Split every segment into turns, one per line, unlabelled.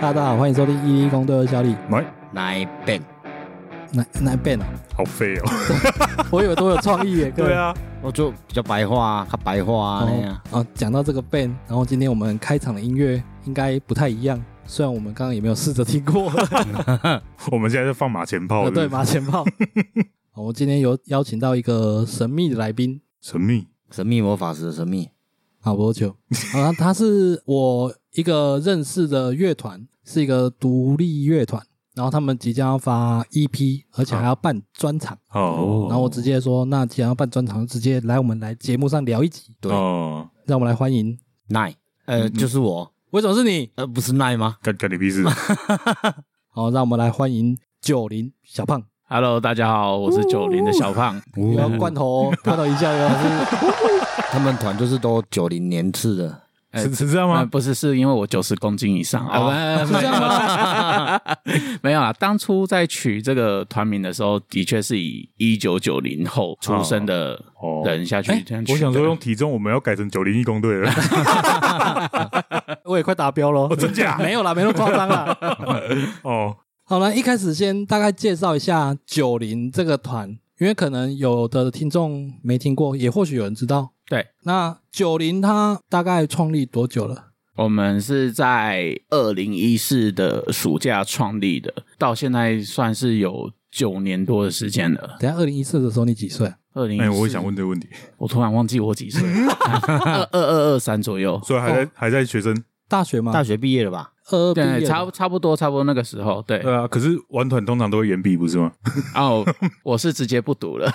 大家好，欢迎收听一零一公队的小李。
喂，
哪一遍？
哪哪变 啊？
好废哦。
我以为多有创意耶。各位
对，啊，
我就比较白话、啊，较白话啊
然
那
后
样、
哦，讲到这个 band，然后今天我们开场的音乐应该不太一样，虽然我们刚刚也没有试着听 过，
我们现在是放马前炮
呃
是不
对
是，
马前 炮。好我今天有邀请到一个神秘的来宾，
神秘
神秘魔法师的神秘，
好波球，好，那他是我一个认识的乐团，是一个独立乐团，然后他们即将要发 EP，而且还要办专场，
哦。
然后我直接说，那既然要办专场，就直接来我们来节目上聊一集，
对
哦，
让我们来欢迎。
奈，呃，就是我，
为什么是你？
呃，不是奈吗？
干干你屁事！
好，让我们来欢迎九零小胖，
Hello，大家好，我是九零的小 胖。
又要罐头哦，罐头一下哦又要是
他们团就是都九零年次的，
哎
是是这样
啊，
吗？
不是，是因为我九十公斤以上啊，
啊，
这样 吗？
没有啊。当初在取这个团名的时候，的确是以一九九零后出生的
哦
人下去这样取
我
的。
想说用体重，我们要改成九零一公队了。
我也快达标了，
哦真 假
没有啦，没那么夸张啦。
哦，
好了，一开始先大概介绍一下九零这个团，因为可能有的听众没听过，也或许有人知道。
对，
那九零它大概创立多久了？
我们是在二零一四的暑假创立的，到现在算是有九年多的时间了。
等一下二零一四的时候你几岁？
二零，
哎，我也想，问这个问题，
我突然忘记我几岁， 二二二二三左右。
所以还在还在学生。
大学吗？
大学毕业了吧？
二二毕
对，
业
差
的，
不差不多，差不多那个时候，对，
对啊，可是玩团通常都会延毕，不是吗？
哦，我是直接不 读了，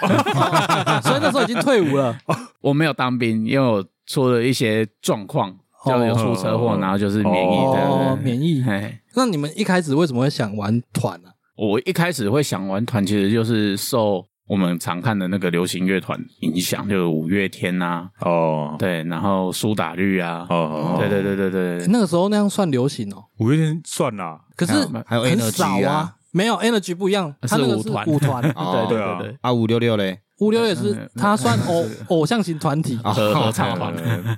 所以那时候已经退伍了。
我没有当兵，因为我出了一些状况，就有出车祸
哦，
然后就是免疫的
哦免疫
嘿
那你们一开始为什么会想玩团啊呢、
我一开始会想玩团，其实就是受我们常看的那个流行乐团影响，就是五月天啊，
哦，
对，然后苏打绿啊，
哦，
对对对对对对，
那个时候那样算流行哦，
五月天算啦，
可是
还有
很少
energy
啊
啊。
没有 energy 不一样，
是
他那个是
舞团
舞团，
哦嗯
对
对啊
对对，
啊，五六六嘞，
五六也是他算 偶偶像型团体
哦
啊。
合合唱团，
呃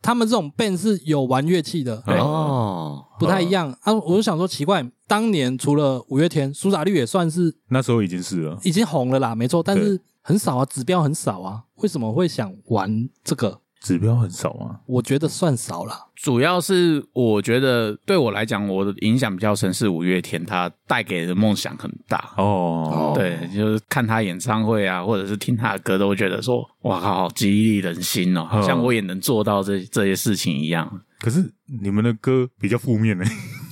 他们这种 band 是有玩乐器的，
对
哦，
不太一样啊。我就想说奇怪，当年除了五月天，苏打绿也算是
那时候已经是了。
已经红了啦，没错，但是很少啊，指标很少啊。为什么会想玩这个？
指标很少啊，
我觉得算少了。
主要是我觉得对我来讲，我的影响比较深是五月天，他带给的梦想很大。
哦，
对，就是看他演唱会啊，或者是听他的歌，都会觉得说，哇靠，好激励人心哦，好像我也能做到这这些事情一样。
可是你们的歌比较负面呢。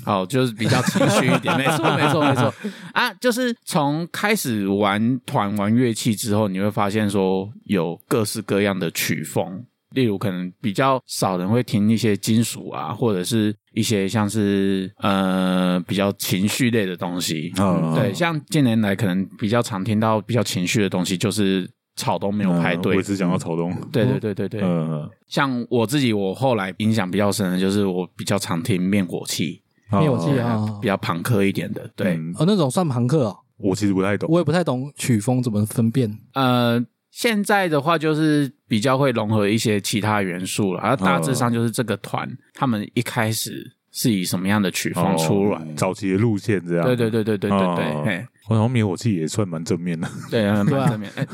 好，哦就是比较情绪一 点，没错，没错，没错啊！就是从开始玩团玩乐器之后，你会发现说有各式各样的曲风，例如可能比较少人会听一些金属啊，或者是一些像是呃比较情绪类的东西，
哦
嗯对，像近年来可能比较常听到比较情绪的东西，就是草东没有排
嗯
队。
我只想要草东。
对对对对对，
嗯，
像我自己，我后来影响比较深的就是我比较常听灭火器，
灭火器
哦
啊
比较朋克一点的。对，
嗯
哦，那种算朋克哦，
我其实不太懂。
我也不太懂曲风怎么分辨。
呃，现在的话就是比较会融合一些其他元素了，然后大致
嗯
上就是这个团他们一开始是以什么样的曲风出来。
哦早期的路线这样。
对对对对对对对，
哦
嘿，
我好像灭火器也算蛮正面的。
对，蛮
对啊
正面，哎，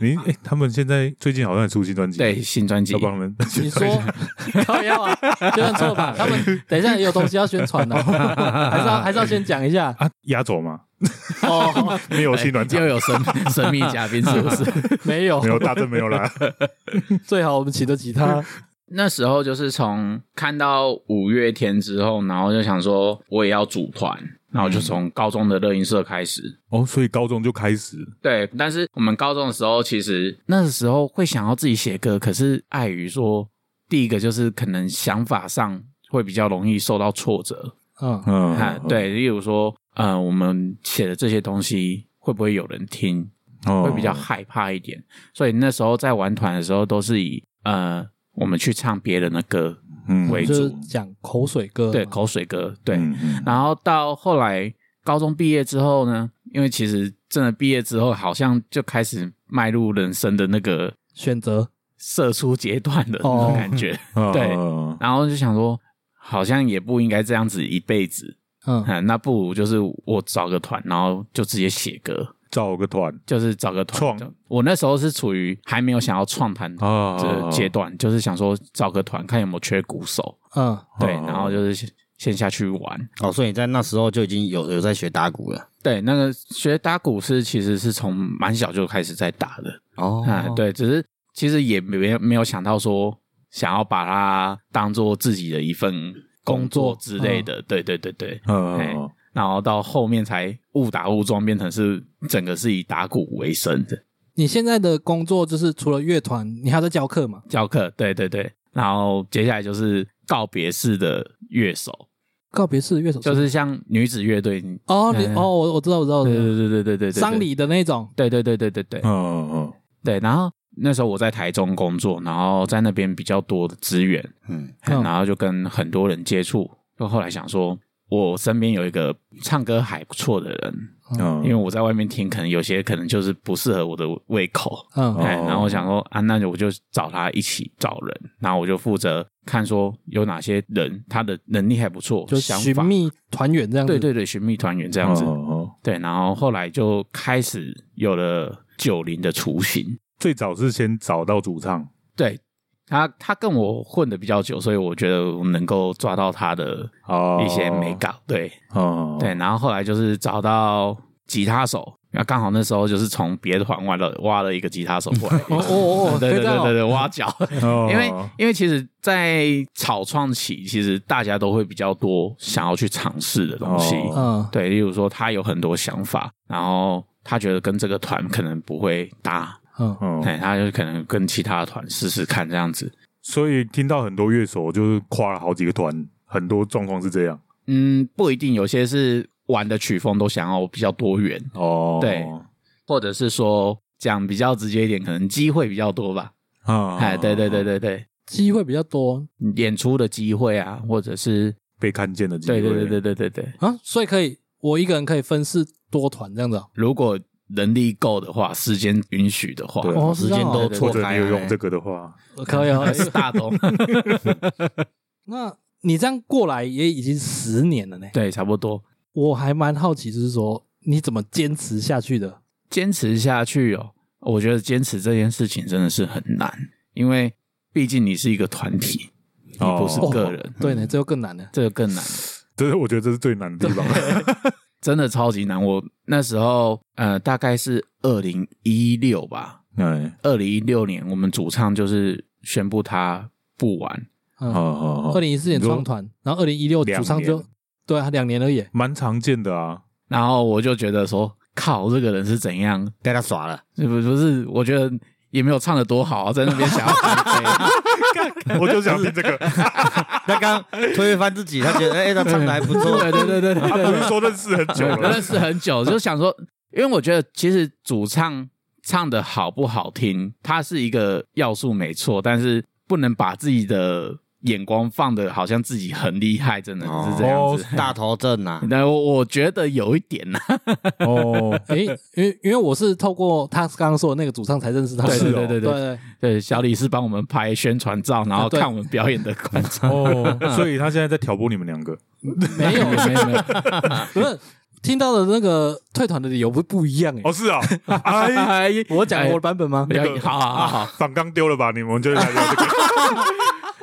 你哎，他们现在最近好像也出新专辑，，
对，新专辑
要，帮他们
你说靠腰啊，就算错 吧。他们等一下也有东西要宣传的，还是要还是要先讲一下。
啊 压轴嘛，
哦，
灭火器暖 场
又有神神秘嘉宾，是不是？
没有
没，有大正没有 啦。
最好我们请得起他。
那时候就是从看到五月天之后，然后就想说我也要组团，然后就从高中的乐音社开始。
哦，所以高中就开始
对，但是我们高中的时候，其实那时候会想要自己写歌，可是碍于说，第一个就是可能想法上会比较容易受到挫折。
嗯，
啊
嗯，，
对，例如说，呃，我们写的这些东西会不会有人听？
哦
会比较害怕一点。所以那时候在玩团的时候，都是以呃我们去唱别人的歌，
嗯
为
就是
主
讲口水歌嘛。
对，口水歌，对。
嗯嗯
然后到后来高中毕业之后呢，因为其实真的毕业之后，好像就开始迈入人生的那个
选择。
射出阶段的那种感觉，
哦
对
哦
然后就想说，好像也不应该这样子一辈子。
嗯，
嗯，那不如就是我找个团，然后就直接写歌，
找个团
就是找个团。
创
我那时候是处于还没有想要创团的
啊
阶段，就是想说找个团看有没有缺鼓手，
嗯，
对，
哦
然后就是先先下去玩。
哦，所以你在那时候就已经有有在学打鼓了。
对，那个学打鼓是其实是从蛮小就开始在打的，
哦
啊、对，只是其实也没没有想到说想要把它当做自己的一份工作之类
嗯
的，对对对对，哎
嗯，
然后到后面才误打误撞变成是整个是以打鼓为生的
你现在的工作就是除了乐团，你还有在教课嘛？
教课，对对对，然后接下来就是告别式的乐手，
告别式的乐手
就是像女子乐队，
哦，你
嗯
哦，我我知道，我知道，我
对对
知道
对对对对对，
丧，礼的那种，
对对对对对对
嗯嗯嗯，
对，然后那时候我在台中工作，然后在那边比较多的资源，
嗯，
嗯
然后就跟很多人接触。就后来想说，我身边有一个唱歌还不错的人，
嗯
因为我在外面听，可能有些可能就是不适合我的胃口。
嗯
哦
哎，然后我想说啊，那我就找他一起找人，然后我就负责看说有哪些人他的能力还不错，
就
想
寻
法，
觅团员这样子。
对对对，寻觅团员这样子。
嗯嗯嗯
对，然后后来就开始有了九零的雏形。
最早是先找到主唱，
对他，他跟我混的比较久，所以我觉得我能够抓到他的
哦
一些美感。对
哦，
对，然后后来就是找到吉他手，那刚好那时候就是从别的团挖了挖了一个吉他手过来。
哦 哦哦，
对对
可以这
对
样哦
对对，挖角，
哦，
因为因为其实，在草创期，其实大家都会比较多想要去尝试的东西。
哦
嗯，
对，例如说他有很多想法，然后他觉得跟这个团可能不会搭，
嗯
哎、
嗯，
他就可能跟其他的团试试看这样子。
所以听到很多乐手就是跨了好几个团，很多状况是这样
嗯，不一定，有些是玩的曲风都想要比较多元，
哦，
对或者是说讲比较直接一点，可能机会比较多吧。
啊，
哎、对对对，对对，
机会比较多
演出的机会啊，或者是
被看见的机会，
对对对对对对对，
啊，所以可以，我一个人可以分饰多团这样子哦。
如果能力够的话，时间允许的话，
对
哦，
时
是这
间
样哦
都
或
错
者
开
你
了
有用这个的话，
可以 哦。
是大东，
那你这样过来也已经十年了呢，
对，差不多，
我还蛮好奇，就是说你怎么坚持下去的？
坚持下去哦。我觉得坚持这件事情真的是很难，因为毕竟你是一个团体，你不是
哦
个人，
对呢，这就更难了。
这个更难。
这是我觉得这是最难的地方，
真的超级难。我那时候呃，大概是二零一六吧，
哎，
二零一六年，我们主唱就是宣布他不玩，
哦
嗯，
哦
二
哦，
零一四年
你说
创团，然后二零一六
两
主唱就
年
对啊，两年而已。
蛮常见的啊，
然后我就觉得说，靠，这个人是怎样？
被他耍了，
是不不是？我觉得也没有唱的多好、啊在那边想要翻飞
我就想听这 个，啊
他刚推翻自己，他觉得哎，他 唱的还不错，
对对对对对
他
对
不是说认识很久
对，
了
认，识很久，就想说，因为我觉得其实主唱唱的好不好听，它是一个要素没错，但是不能把自己的眼光放的好像自己很厉害，真的
哦
是这样子。
大头阵呐，
那我我觉得有一点呐、
哦，
诶，因为因为我是透过他刚刚说的那个主唱才认识他的，
对
是
对
哦
对对
对
对
对，
对，小李是帮我们拍宣传照，然后
啊对
看我们表演的观 众。
哦，所以他现在在挑拨你们两个，
没有没有没有，
不是听到的那个退团的理由不不一样诶。
哦，是 啊，哎，
哎
我讲我的版本吗？
哎要好好好 好，
反刚丢了吧，你们就来聊这个，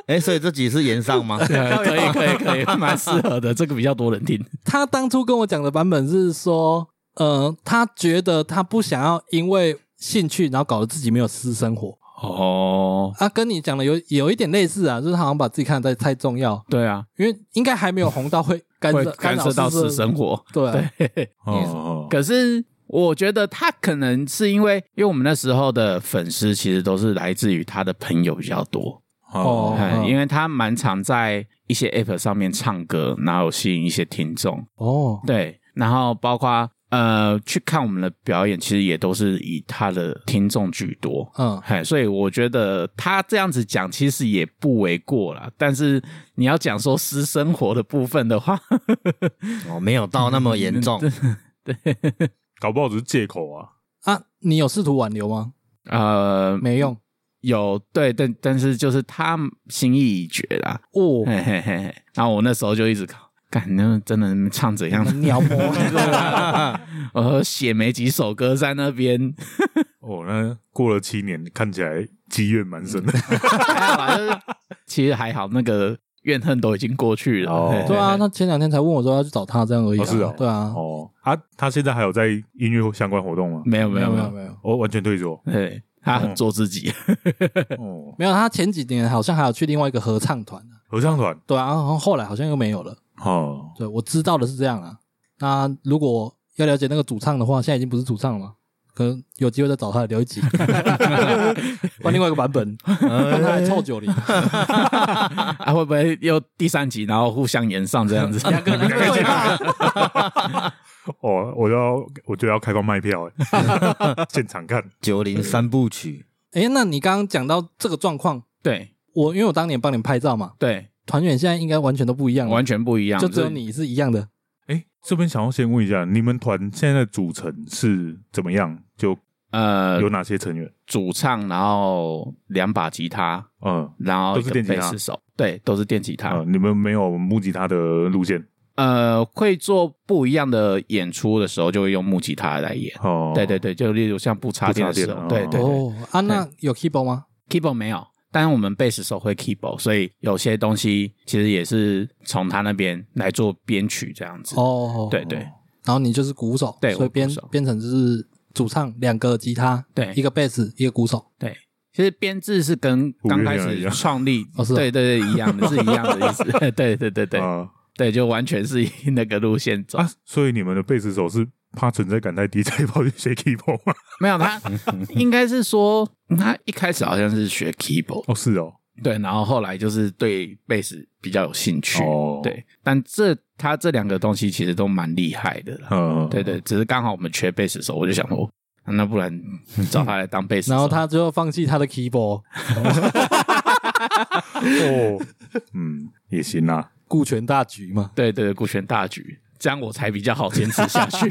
哎，所以这集是延上吗？
呃可以可以可以，蛮适合的，这个比较多人听。
他当初跟我讲的版本是说，呃，他觉得他不想要因为兴趣，然后搞得自己没有私生活
哦，
啊，跟你讲的有有一点类似啊，就是好像把自己看得太太重要，
对啊，
因为应该还没有红到会干
会
涉
干涉到私生
活，
活。
对啊，
哦，
可是我觉得他可能是因为，因为我们那时候的粉丝其实都是来自于他的朋友比较多，
哦
嗯
嗯
因为他蛮常在一些 app 上面唱歌，然后有吸引一些听众，
哦，
对，然后包括呃去看我们的表演，其实也都是以他的听众居多。
嗯，
嘿，所以我觉得他这样子讲其实也不为过啦。但是你要讲说私生活的部分的话，
哦，没有到那么严重，
搞不好只是借口啊，
啊，你有试图挽留吗？
呃，
没用，
有对，但但是就是他心意已决啦。
哦，
嘿嘿嘿嘿，然后我那时候就一直靠，干，那真的唱怎样？
鸟魔那个
我写没几首歌在 那边，
哦，那过了七年，看起来积怨蛮深的。
还好啦就是其实还好，那个怨恨都已经过去了。
哦
嘿嘿嘿
对啊，他前两天才问我说要去找他，这样而已啊。
哦是哦
对啊，
哦，他他现在还有在音乐相关活动吗？
没有
没
没
有
有
没
没
有
有，
没有
哦，完全退缩。
对他很做自己。
哦，
没有，他前几年好像还有去另外一个合唱团啊，
合唱团。
对啊，然后后来好像又没有了。
哦，
对，我知道的是这样啊。那如果要了解那个主唱的话，现在已经不是主唱了嘛，可能有机会再找他来聊一 集，换另外一个版本，
嗯
让他来凑酒里，
啊，会不会又第三集，然后互相延上这样子？
两个人对吧？
哦，我要我就要开放卖 票，哎现场看。
九零三部曲，
哎，那你刚刚讲到这个状况，
对
我因为我当年帮你们拍照嘛，
对，
团员现在应该完全都不一样了，
完全不一样，
嗯就只有
是
你是一样的。
哎，这边想要先问一下，你们团现在的组成是怎么样？就
呃
有哪些成员？
主唱，然后两把吉他，
嗯
然后
都
一
是
个
电吉
贝
他
斯手，对，都是电吉他
啊，。你们没有木吉他的路线
呃，会做不一样的演出的时候，就会用木吉他来演。
哦。
对对对，就例如像不插电的时候，
不插
对
电
对对
哦，啊，那有 keyboard 吗？
，keyboard 没有。但是我们贝斯手会 keyboard，所以有些东西其实也是从他那边来做编曲这样子。
哦，
对对
然后你就是鼓手，
对
所以
我
编
鼓手
编成就是主唱两个吉他，
对
一个贝斯，一个鼓手。
对，其实编制是跟刚开
五月
始
亮一样
创立
哦是，哦
对对对，一样的，是一样的意 思。对对对对
啊
对，就完全是以那个路线走
啊。，所以你们的贝斯手是怕存在感太低，才跑去学 keyboard 吗？
没 有他，应该是说他一开始好像是学 keyboard，
哦，是哦，
对，然后后来就是对贝斯比较有兴趣，
哦
对，但这他这两个东西其实都蛮厉害的啦，
嗯，
对对，只是刚好我们缺贝斯手，我就想说，那不然找他来当贝斯手，
然后他最后放弃他的 keyboard，
哦，嗯，也行啦。
顾全大局嘛。
对对对顾全大局，这样我才比较好坚持 下去。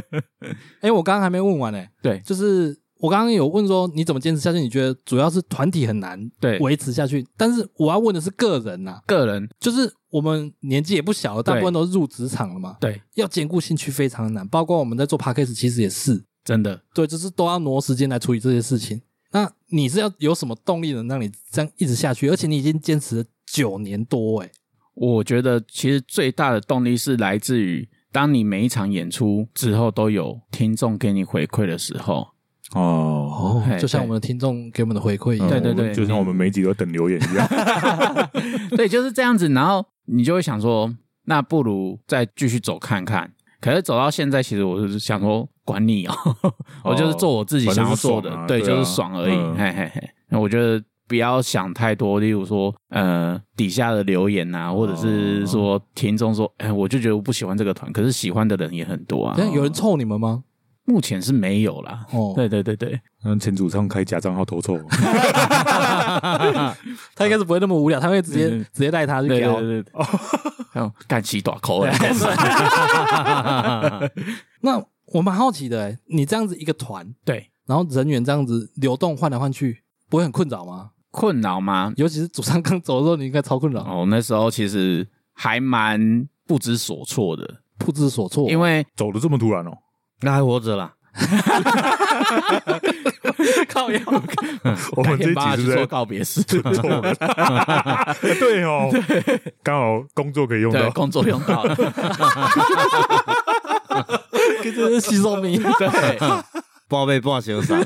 哎，我刚刚还没问完呢，
对
就是我刚刚有问说你怎么坚持下去？你觉得主要是团体很难
对，
维持下去，但是我要问的是个人呐、
个人
就是我们年纪也不小了，大
对
部分都入职场了嘛，
对
要兼顾兴趣非常难，包括我们在做 podcast 其实也是，
真的
对，就是都要挪时间来处理这些事情。那你是要有什么动力能让你这样一直下去？而且你已经坚持了九年多、欸，
我觉得其实最大的动力是来自于，当你每一场演出之后都有听众给你回馈的时候，
哦，
哦
嘿
就像我们的听众给我们的回馈一样，
对对
我们就像我们每集都等留言 一样。
对，就是这样子。然后你就会想说，那不如再继续走看看。可是走到现在，其实我就是想说，管你哦， 我就是做我自己想要做的，
反正
对，
是爽啊对啊
就是爽而已，
嗯
嘿嘿嘿。那我觉得不要想太多，例如说，呃，底下的留言呐、或者
哦
是说听众说，哎、我就觉得我不喜欢这个团，可是喜欢的人也很多啊
那。有人臭你们吗？
目前是没有啦。
哦，
对对对对，
那嗯前主唱开假账号偷 臭，
他应该是不会那么无聊，他会直接
嗯
直接带他去
对
聊。
对对
哦
对，还 有干起短口的，
那我蛮好奇的、欸，你这样子一个团，
对，
然后人员这样子流动换来换去，不会很困扰吗？
困扰吗？
尤其是主唱刚走的时候，你应该超困扰，
哦，那时候其实还蛮不知所措的，
不知所措。
因为
走的这么突然 哦，
那还活着啦？
告 别，
我们这
嗯改天
一
帮他
集
去
是不
做
是
告别式，
错了， 对哦，刚好工作可以用
对，
到。
工作用 到了，
这是吸收你，
对，
报备报修啥？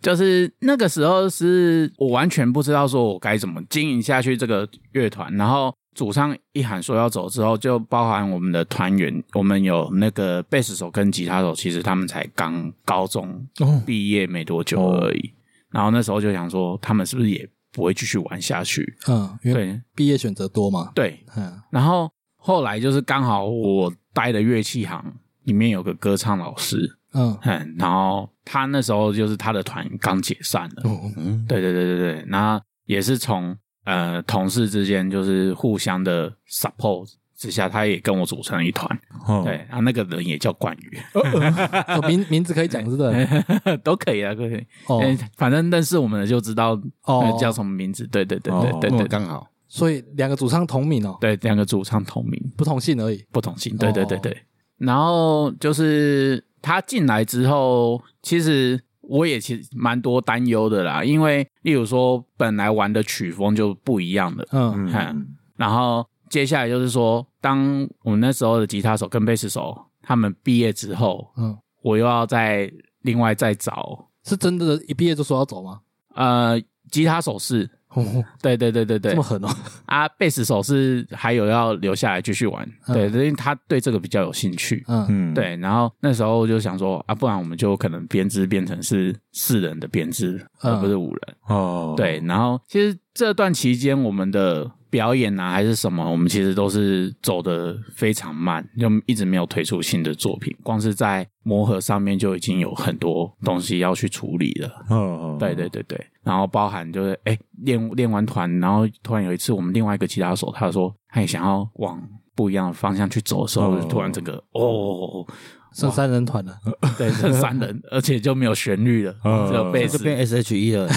就是那个时候是我完全不知道说我该怎么经营下去这个乐团，然后。主唱一喊说要走之后，就包含我们的团员，我们有那个贝斯手跟吉他手，其实他们才刚高中
哦
毕业没多久而
哦
已。然后那时候就想说，他们是不是也不会继续玩下去？
嗯，因为
对
毕业选择多嘛，
对，
嗯，
然后后来就是刚好我待的乐器行里面有个歌唱老师，
嗯，
嗯，然后他那时候就是他的团刚解散了，
哦，
嗯，
对对对对对，那也是从呃同事之间就是互相的 support 之下，他也跟我组成了一团。
哦
对，，啊，那个人也叫冠宇，
哦名名字可以讲是
哎
的
都可以啊，都可以。
哦，
嗯，反正认识我们的就知道
哦
呃叫什么名字。对对对
哦
对对对，
刚好
所以两个主唱同名哦，
对两个主唱同名，
不同姓而已。
不同姓。对对对
哦
对。然后就是他进来之后，其实我也其实蛮多担忧的啦，因为例如说本来玩的曲风就不一样的，
嗯，
嗯
嗯然后接下来就是说，当我们那时候的吉他手跟贝斯手他们毕业之后，
嗯，
我又要再另外再找
是真的，一毕业就说要走吗？
呃吉他手是，
哦，
对对对对对
这么，狠哦！
啊，贝斯手是还有要留下来继续玩，
嗯
对，因为他对这个比较有兴趣。
嗯，
嗯，
对，然后那时候就想说啊，不然我们就可能编制变成是四人的编制，
嗯
而不是五人。
哦，
对，然后其实这段期间我们的表演啊还是什么，我们其实都是走的非常慢，就一直没有推出新的作品，光是在磨合上面就已经有很多东西要去处理了。
哦，哦，
对对对对，然后包含就是哎练练完团，然后突然有一次我们另外一个吉他手他说他也想要往不一样的方向去走的时候，
哦
突然整个哦，
剩三人团了，
对，剩三人，而且就没有旋律了，
哦
只有贝
这
斯。
边 S H E 了，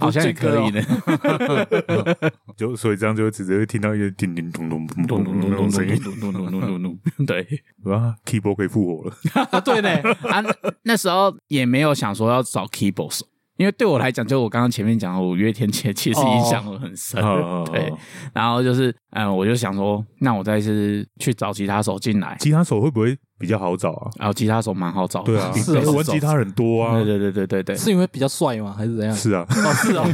好像也可以呢，
就所以这样就只是听到一个叮叮咚咚咚咚咚咚咚声音，
咚咚咚 咚咚咚，对
哇，keyboard 可以复活了，
啊，对呢，
啊，那那时候也没有想说要找 keyboard 手，因为对我来讲，就我刚刚前面讲的五月天，其实其实影响我很深，
哦
对，然后就是，嗯，我就想说，那我再次去找吉他手进来，
吉他手会不会比较好找啊？
然后吉他手蛮好找的，
对啊，
比
是
贝斯
哦
玩
手
吉他人多啊
对，对对对对对，
是因为比较帅吗？还是怎样？
是啊，
哦，是 哦，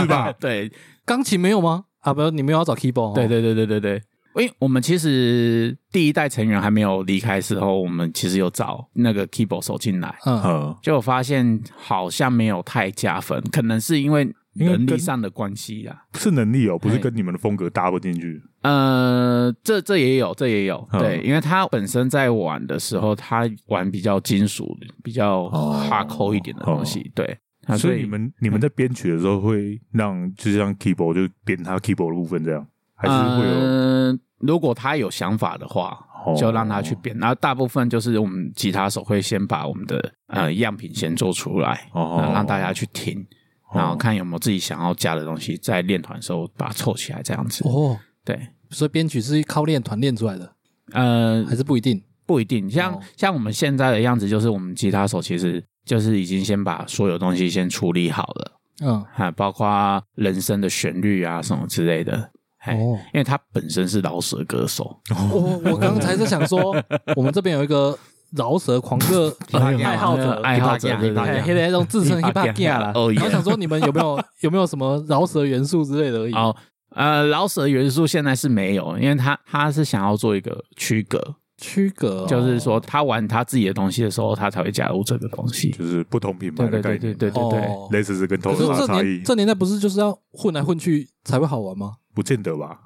是吧？对
钢琴没有吗？啊，不，你没有要找 keyboard？哦
对，对对对对对。因为我们其实第一代成员还没有离开的时候，我们其实有找那个 keyboard 手进来，
嗯，
嗯，
结果发现好像没有太加分，可能是因为
因为
能力
跟
上的关系啦。
是能力哦，不是
哎
跟你们的风格搭不进去，
呃，这这也有，这也有，
嗯
对，因为他本身在玩的时候，他玩比较金属、比较
哦
hardcore 一点的东西，对，啊
所以你们你们在编曲的时候会让就像 keyboard 就编他 keyboard 的部分这样，还是会有
嗯，如果他有想法的话，
哦
就让他去编。然后大部分就是我们吉他手会先把我们的呃样品先做出来，
哦
然后让大家去听，
哦
然后看有没有自己想要加的东西，在练团的时候把它凑起来这样子。
哦，
对，
所以编曲是靠练团练出来的，
呃，
还是不一定？
不一定，像、
哦
像我们现在的样子，就是我们吉他手其实就是已经先把所有东西先处理好了，
嗯，
啊，包括人声的旋律啊什么之类的。嘿
哦
因为他本身是饶舌歌手，哦
我我刚才是想说， 我们这边有一个饶舌狂 热爱好者，
爱哎好者对对对
哎，黑那种自称
hip hop
hiphop g a 啦。
哦耶
啊我想说，你们有没有有没有什么饶舌元素之类的而已？
哦，呃，老舍元素现在是没有，因为他他是想要做一个区隔，
区隔哦
就是说他玩他自己的东西的时候，他才会加入这个东西。
就是不同品牌的
对对
概
对对
念，
对对对，
哦
类似是跟头
可是
发
这
差异
年，这年代不是就是要混来混去才会好玩吗？
不见得吧？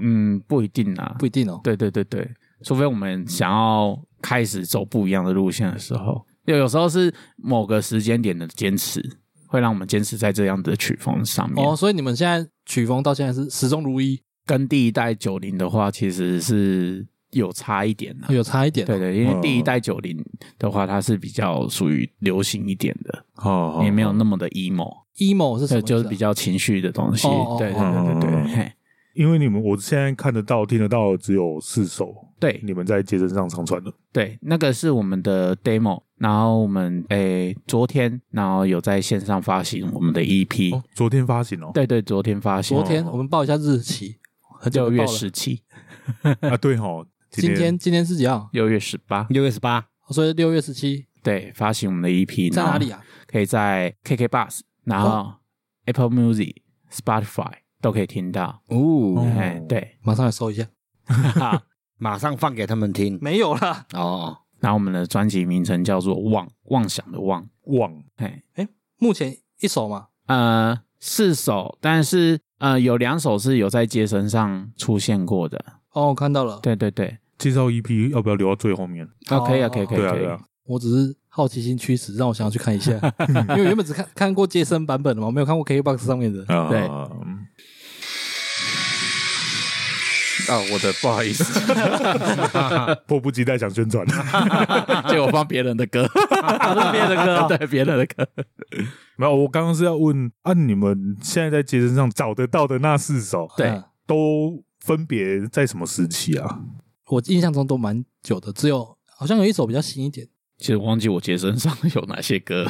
嗯，不一定啊，
不一定哦。
对对对对，除非我们想要开始走不一样的路线的时候，有有时候是某个时间点的坚持，会让我们坚持在这样的曲风上面。
哦，所以你们现在曲风到现在是始终如一，
跟第一代九零的话，其实是有差一点的、啊
有差一点哦。
对对，因为
嗯
第一代九零的话，它是比较属于流行一点的，
哦
也没有那么的 emo，
emo 是什
对，
么？啊
就是比较情绪的东西
哦哦哦。
对对对对
嗯嗯嗯
对嘿，
因为你们我现在看得到、听得到的只有四首，
对
你们在街声上上传的。
对，那个是我们的 demo，然后我们诶昨天，然后有在线上发行我们的 EP，、
哦，昨天发行哦，
对对，昨天发行，
昨天我们报一下日期，很久
哦
没
六
报
月
了。
十七，
啊，对哦，
今
天
天今天是几号？哦
六月十八，
六月十八，
所以六月十七
对，发行我们的 EP，
在哪里啊？
啊？
哦
可以在 KK Bus，然后 Apple Music、Spotify 都可以听到，
哦，
哎、对，
马上来搜一下。
马上放给他们听
没有啦，
哦。
然后我们的专辑名称叫做《妄妄想的妄》，
忘
哎，
目前一首嘛，
呃，四首，但是呃有两首是有在街身上出现过的，
哦，我看到了。
对对对，
介绍 EP 要不要留到最后面？
啊，可以啊，可以，可以，
对啊，
可以
对。啊，
我只是好奇心驱使，让我想要去看一 下，
嗯
因为原本只看看过接生版本的嘛，我没有看过 KBox 上面的。
啊
对
嗯
啊，我的 不好意思，
迫不及待想宣传。
结果放别人的歌，
别人的歌哦
对别人的歌，
没有，我刚刚是要问，按、你们现在在街身上找得到的那四首，
对
嗯
都分别在什么时期 啊？
我印象中都蛮久的，只有好像有一首比较新一点，
其实忘记我杰身上有哪些歌，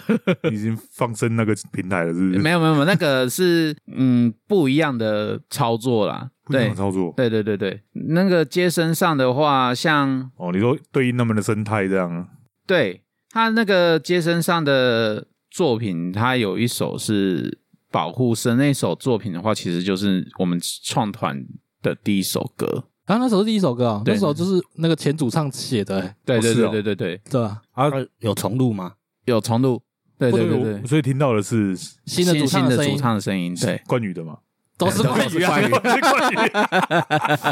已经放生那个平台了，是不是？
没有没有没有，那个是嗯不一样的操作啦，
不一样
对
的操作
对对对对，那个街身上的话，像
哦。你说对应他们的生态这样，啊
对他那个街身上的作品，他有一首是保护生，那首作品的话，其实就是我们创团的第一首歌。
然后那首是第一首歌哦，
对
那首就是那个前主唱写的、欸
对对
是
对
哦
对对对，
对吧？
啊有重录吗？
有重录。对对对对
我，所以听到的是
新的主唱
新
的
的
声
主
音
唱的声音， 对，
关羽的嘛？啊
都是啊关于
关 于
是 关羽。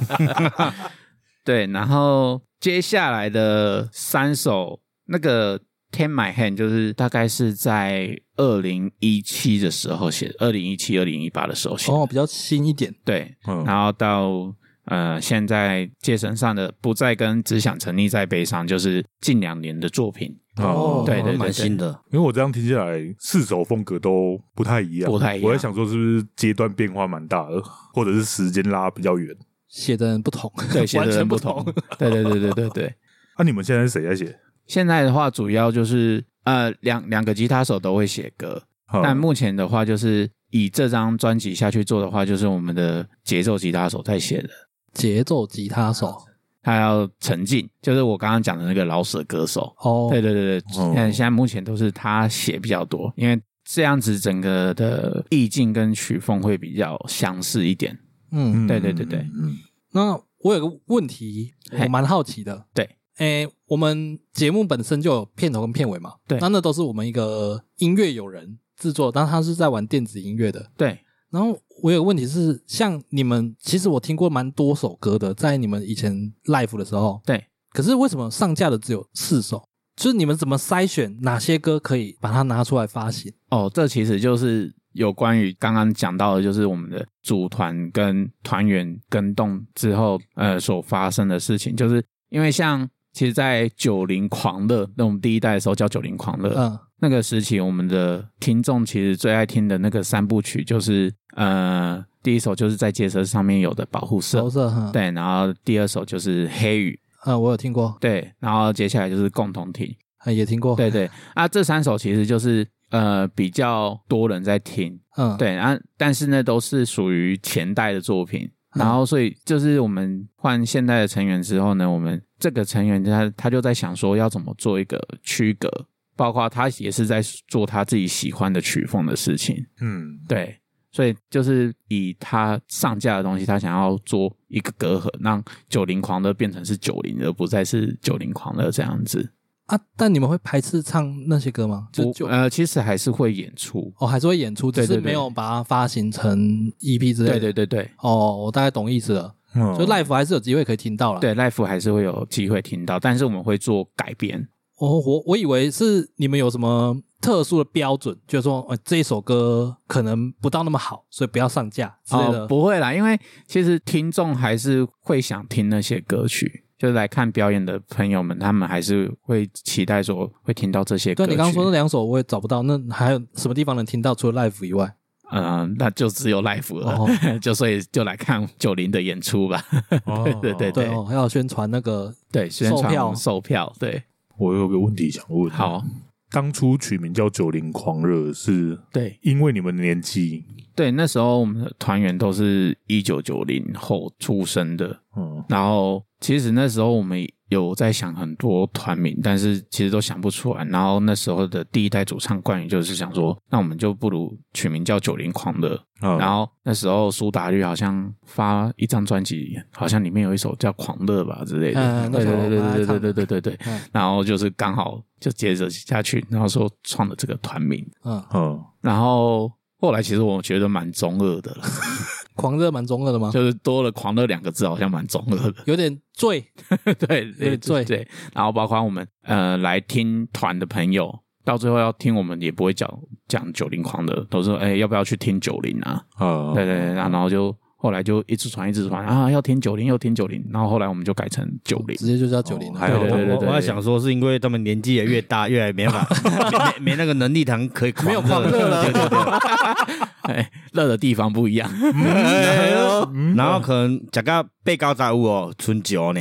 对，然后接下来的三首，那个《Take My Hand》就是大概是在二零一七的时候写的，二零一七、二零一八的时候写的。
哦，比较新一点，
对，
嗯
然后到呃现在街身上的不再跟只想沉溺在悲伤，就是近两年的作品，
哦
对对对对
蛮新的。
因为我这样听下来，四首风格都不太一样，
不太一样
我在想说，是不是阶段变化蛮大的，或者是时间拉比较远？
写的人不同，
对，写
完
的
全
人
不
同。 对对对对对对。
那、啊你们现在是谁在写？
现在的话，主要就是呃两两个吉他手都会写歌，
嗯
但目前的话，就是以这张专辑下去做的话，就是我们的节奏吉他手在写的。
节奏吉他手
他要沉浸，就是我刚刚讲的那个老舍歌手，
哦，
对对对
哦
对，但现在目前都是他写比较多，因为这样子整个的意境跟曲风会比较相似一点。
嗯，
对对对对
嗯，
那我有个问题，
嘿
我蛮好奇的。
对，
诶、我们节目本身就有片头跟片尾嘛，
对
那那都是我们一个音乐友人制作，但他是在玩电子音乐的。
对，
然后我有个问题是，像你们，其实我听过蛮多首歌的，在你们以前 live 的时候，
对，
可是为什么上架的只有四首？就是你们怎么筛选哪些歌可以把它拿出来发行？
哦，这其实就是有关于刚刚讲到的，就是我们的组团跟团员跟动之后，呃，所发生的事情，就是因为像其实，在九零狂热，那我们第一代的时候叫九零狂热，
嗯，
那个时期，我们的听众其实最爱听的那个三部曲就是，呃，第一首就是在街车上面有的《保护色
都》，是哈，，
对，然后第二首就是《黑雨
嗯，我有听过》，，
对，然后接下来就是《共同体
嗯也听过，》，
对，对，啊，这三首其实就是呃比较多人在听，
嗯，，
对，啊，但是呢都是属于前代的作品，
嗯
然后所以就是我们换现代的成员之后呢，我们这个成员他他就在想说要怎么做一个区隔，包括他也是在做他自己喜欢的曲风的事情，
嗯，
对，所以就是以他上架的东西，他想要做一个隔阂，让九零狂热变成是九零，而不再是九零狂热这样子。
啊，但你们会排斥唱那些歌吗？就
我
就
呃，其实还是会演出，
哦，还是会演出，只
对对
是
对
没有把它发行成 EP 之类的。
对对对对
哦，我大概懂意思了。
嗯
就 live 还是有机会可以听到了。，
对，life 还是会有机会听到，但是我们会做改编。
我哦我我以为是你们有什么特殊的标准，就是说，呃，这一首歌可能不到那么好，所以不要上架之类的。
哦，不会啦，因为其实听众还是会想听那些歌曲，就是来看表演的朋友们，他们还是会期待说会听到这些歌
对
曲。
你刚刚说那两首我也找不到，那还有什么地方能听到？除了 live 以外，
嗯、那就只有 life
哦
了， 就所以就来看九零的演出吧。
哦
对对
对哦，还要宣传那个
对，宣
售
传
票
我们售票，对，
我有个问题想问，，
好，
当初取名叫“九零狂热”是
对
因为你们的年纪，
对，那时候我们的团员都是一九九零后出生的，
嗯，
然后其实那时候我们有在想很多团名，但是其实都想不出来。然后那时候的第一代主唱冠宇就是想说，那我们就不如取名叫九零狂的。
嗯
然后那时候苏打绿好像发一张专辑，好像里面有一首叫《狂热》吧之类的。
嗯那
对
时
对
候
对对
我们还
对
唱
对对对对对
嗯。
然后就是刚好就接着下去，然后说创了这个团名，
嗯，
嗯，
然后。后来其实我觉得蛮中二的了，
狂热蛮中二的吗？
就是多了“狂热”两个字，好像蛮中二的。
有点醉，
对
点
对
醉
对对，然后包括我们呃来听团的朋友，到最后要听我们也不会讲讲九零狂的，都说哎要不要去听九零啊？
啊，
对对对，然后就后来就一直传一直传啊，要听九零，要听九零，然后后来我们就改成九零
直，接就叫九零
哦
了。
还有
对对对对
我在想说，是因为他们年纪也越大，越来没办法，没没没那个能力，堂可以没有狂热了。对对对
哎，热的地方不一样，
哎呦然后可能食到被告杂物哦，剩酒呢。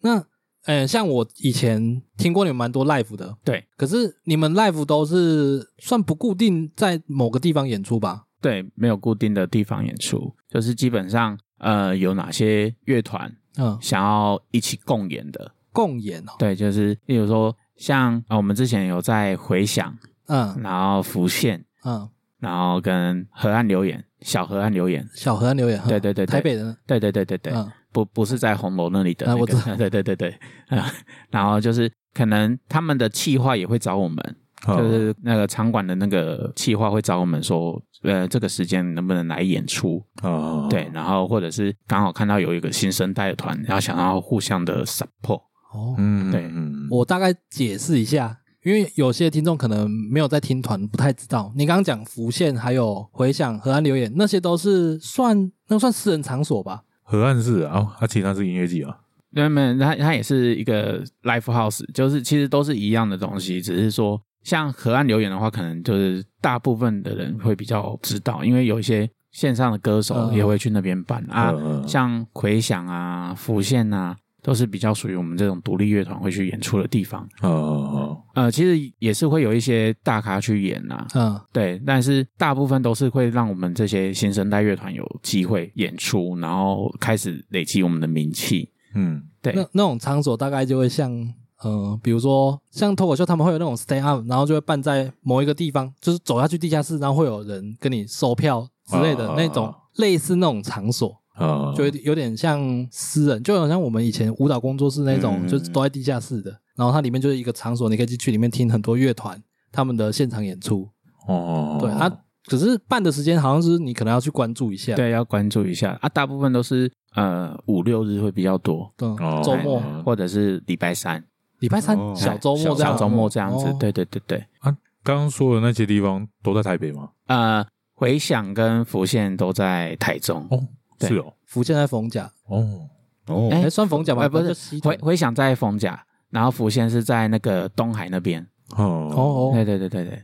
那呃，像我以前听过你们蛮多 live 的，
对。
可是你们 live 都是算不固定在某个地方演出吧？
对，没有固定的地方演出，就是基本上呃有哪些乐团
嗯，
想要一起共演的，
共演哦，
对，就是例如说像啊、呃我们之前有在回响，
嗯
然后浮现，
嗯，
然后跟河岸留言，小河岸留言，
小河岸留言，嗯
对对对对
台北人，
对对对对对，
嗯
不不是在红楼那里的、
啊
那个，
我知
对对对对，啊，然后就是可能他们的企划也会找我们，
哦
好
就是那个场馆的那个企划会找我们说，呃，这个时间能不能来演出？
哦
啊，
对，然后或者是刚好看到有一个新生代的团，然后想要互相的 support，
哦，
嗯，
对
嗯
我大概解释一下，因为有些听众可能没有在听团，不太知道。你刚刚讲浮现，还有回响、河岸留言，那些都是算那算私人场所吧？
河岸是啊，它其实它是音乐季啊，
那么它它也是一个 l i f e house，就是其实都是一样的东
嗯
西，只是说像河岸留言的话，可能就是大部分的人会比较知道，因为有一些线上的歌手
嗯
也会去那边办、啊，
嗯嗯
像回响啊、浮现啊，都是比较属于我们这种独立乐团会去演出的地方。
啊，
呃，其实也是会有一些大咖去演啊，
嗯，
对，但是大部分都是会让我们这些新生代乐团有机会演出，然后开始累积我们的名气。
嗯，
对，
那那种场所大概就会像。呃，比如说像脱口秀，他们会有那种 stand up，然后就会办在某一个地方，就是走下去地下室，然后会有人跟你售票之类的
啊
那种，类似那种场所，
啊，
就有点有点像私人，就好像我们以前舞蹈工作室那种，
嗯
就是都在地下室的，然后它里面就是一个场所，你可以进去里面听很多乐团他们的现场演出。
哦，
对，啊，可是办的时间好像是你可能要去关注一下，，
对，要关注一下啊。大部分都是呃五六日会比较多，
嗯
哦，
周末、
嗯
或者是礼拜三、
礼拜三
哦
小周末
小
这样，
小周末这样子。
哦，
对对对对，
刚刚说的那些地方都在台北吗？
呃，回响跟浮现都在台中，
哦，
对
是哦，
福建在逢甲，
哦，
哦
哎
哎，算逢甲吧，
哎不是
反正就西屯
回回响在逢甲，然后浮现是在那个东海那边。
哦，
哦
对
哦，
对对对对，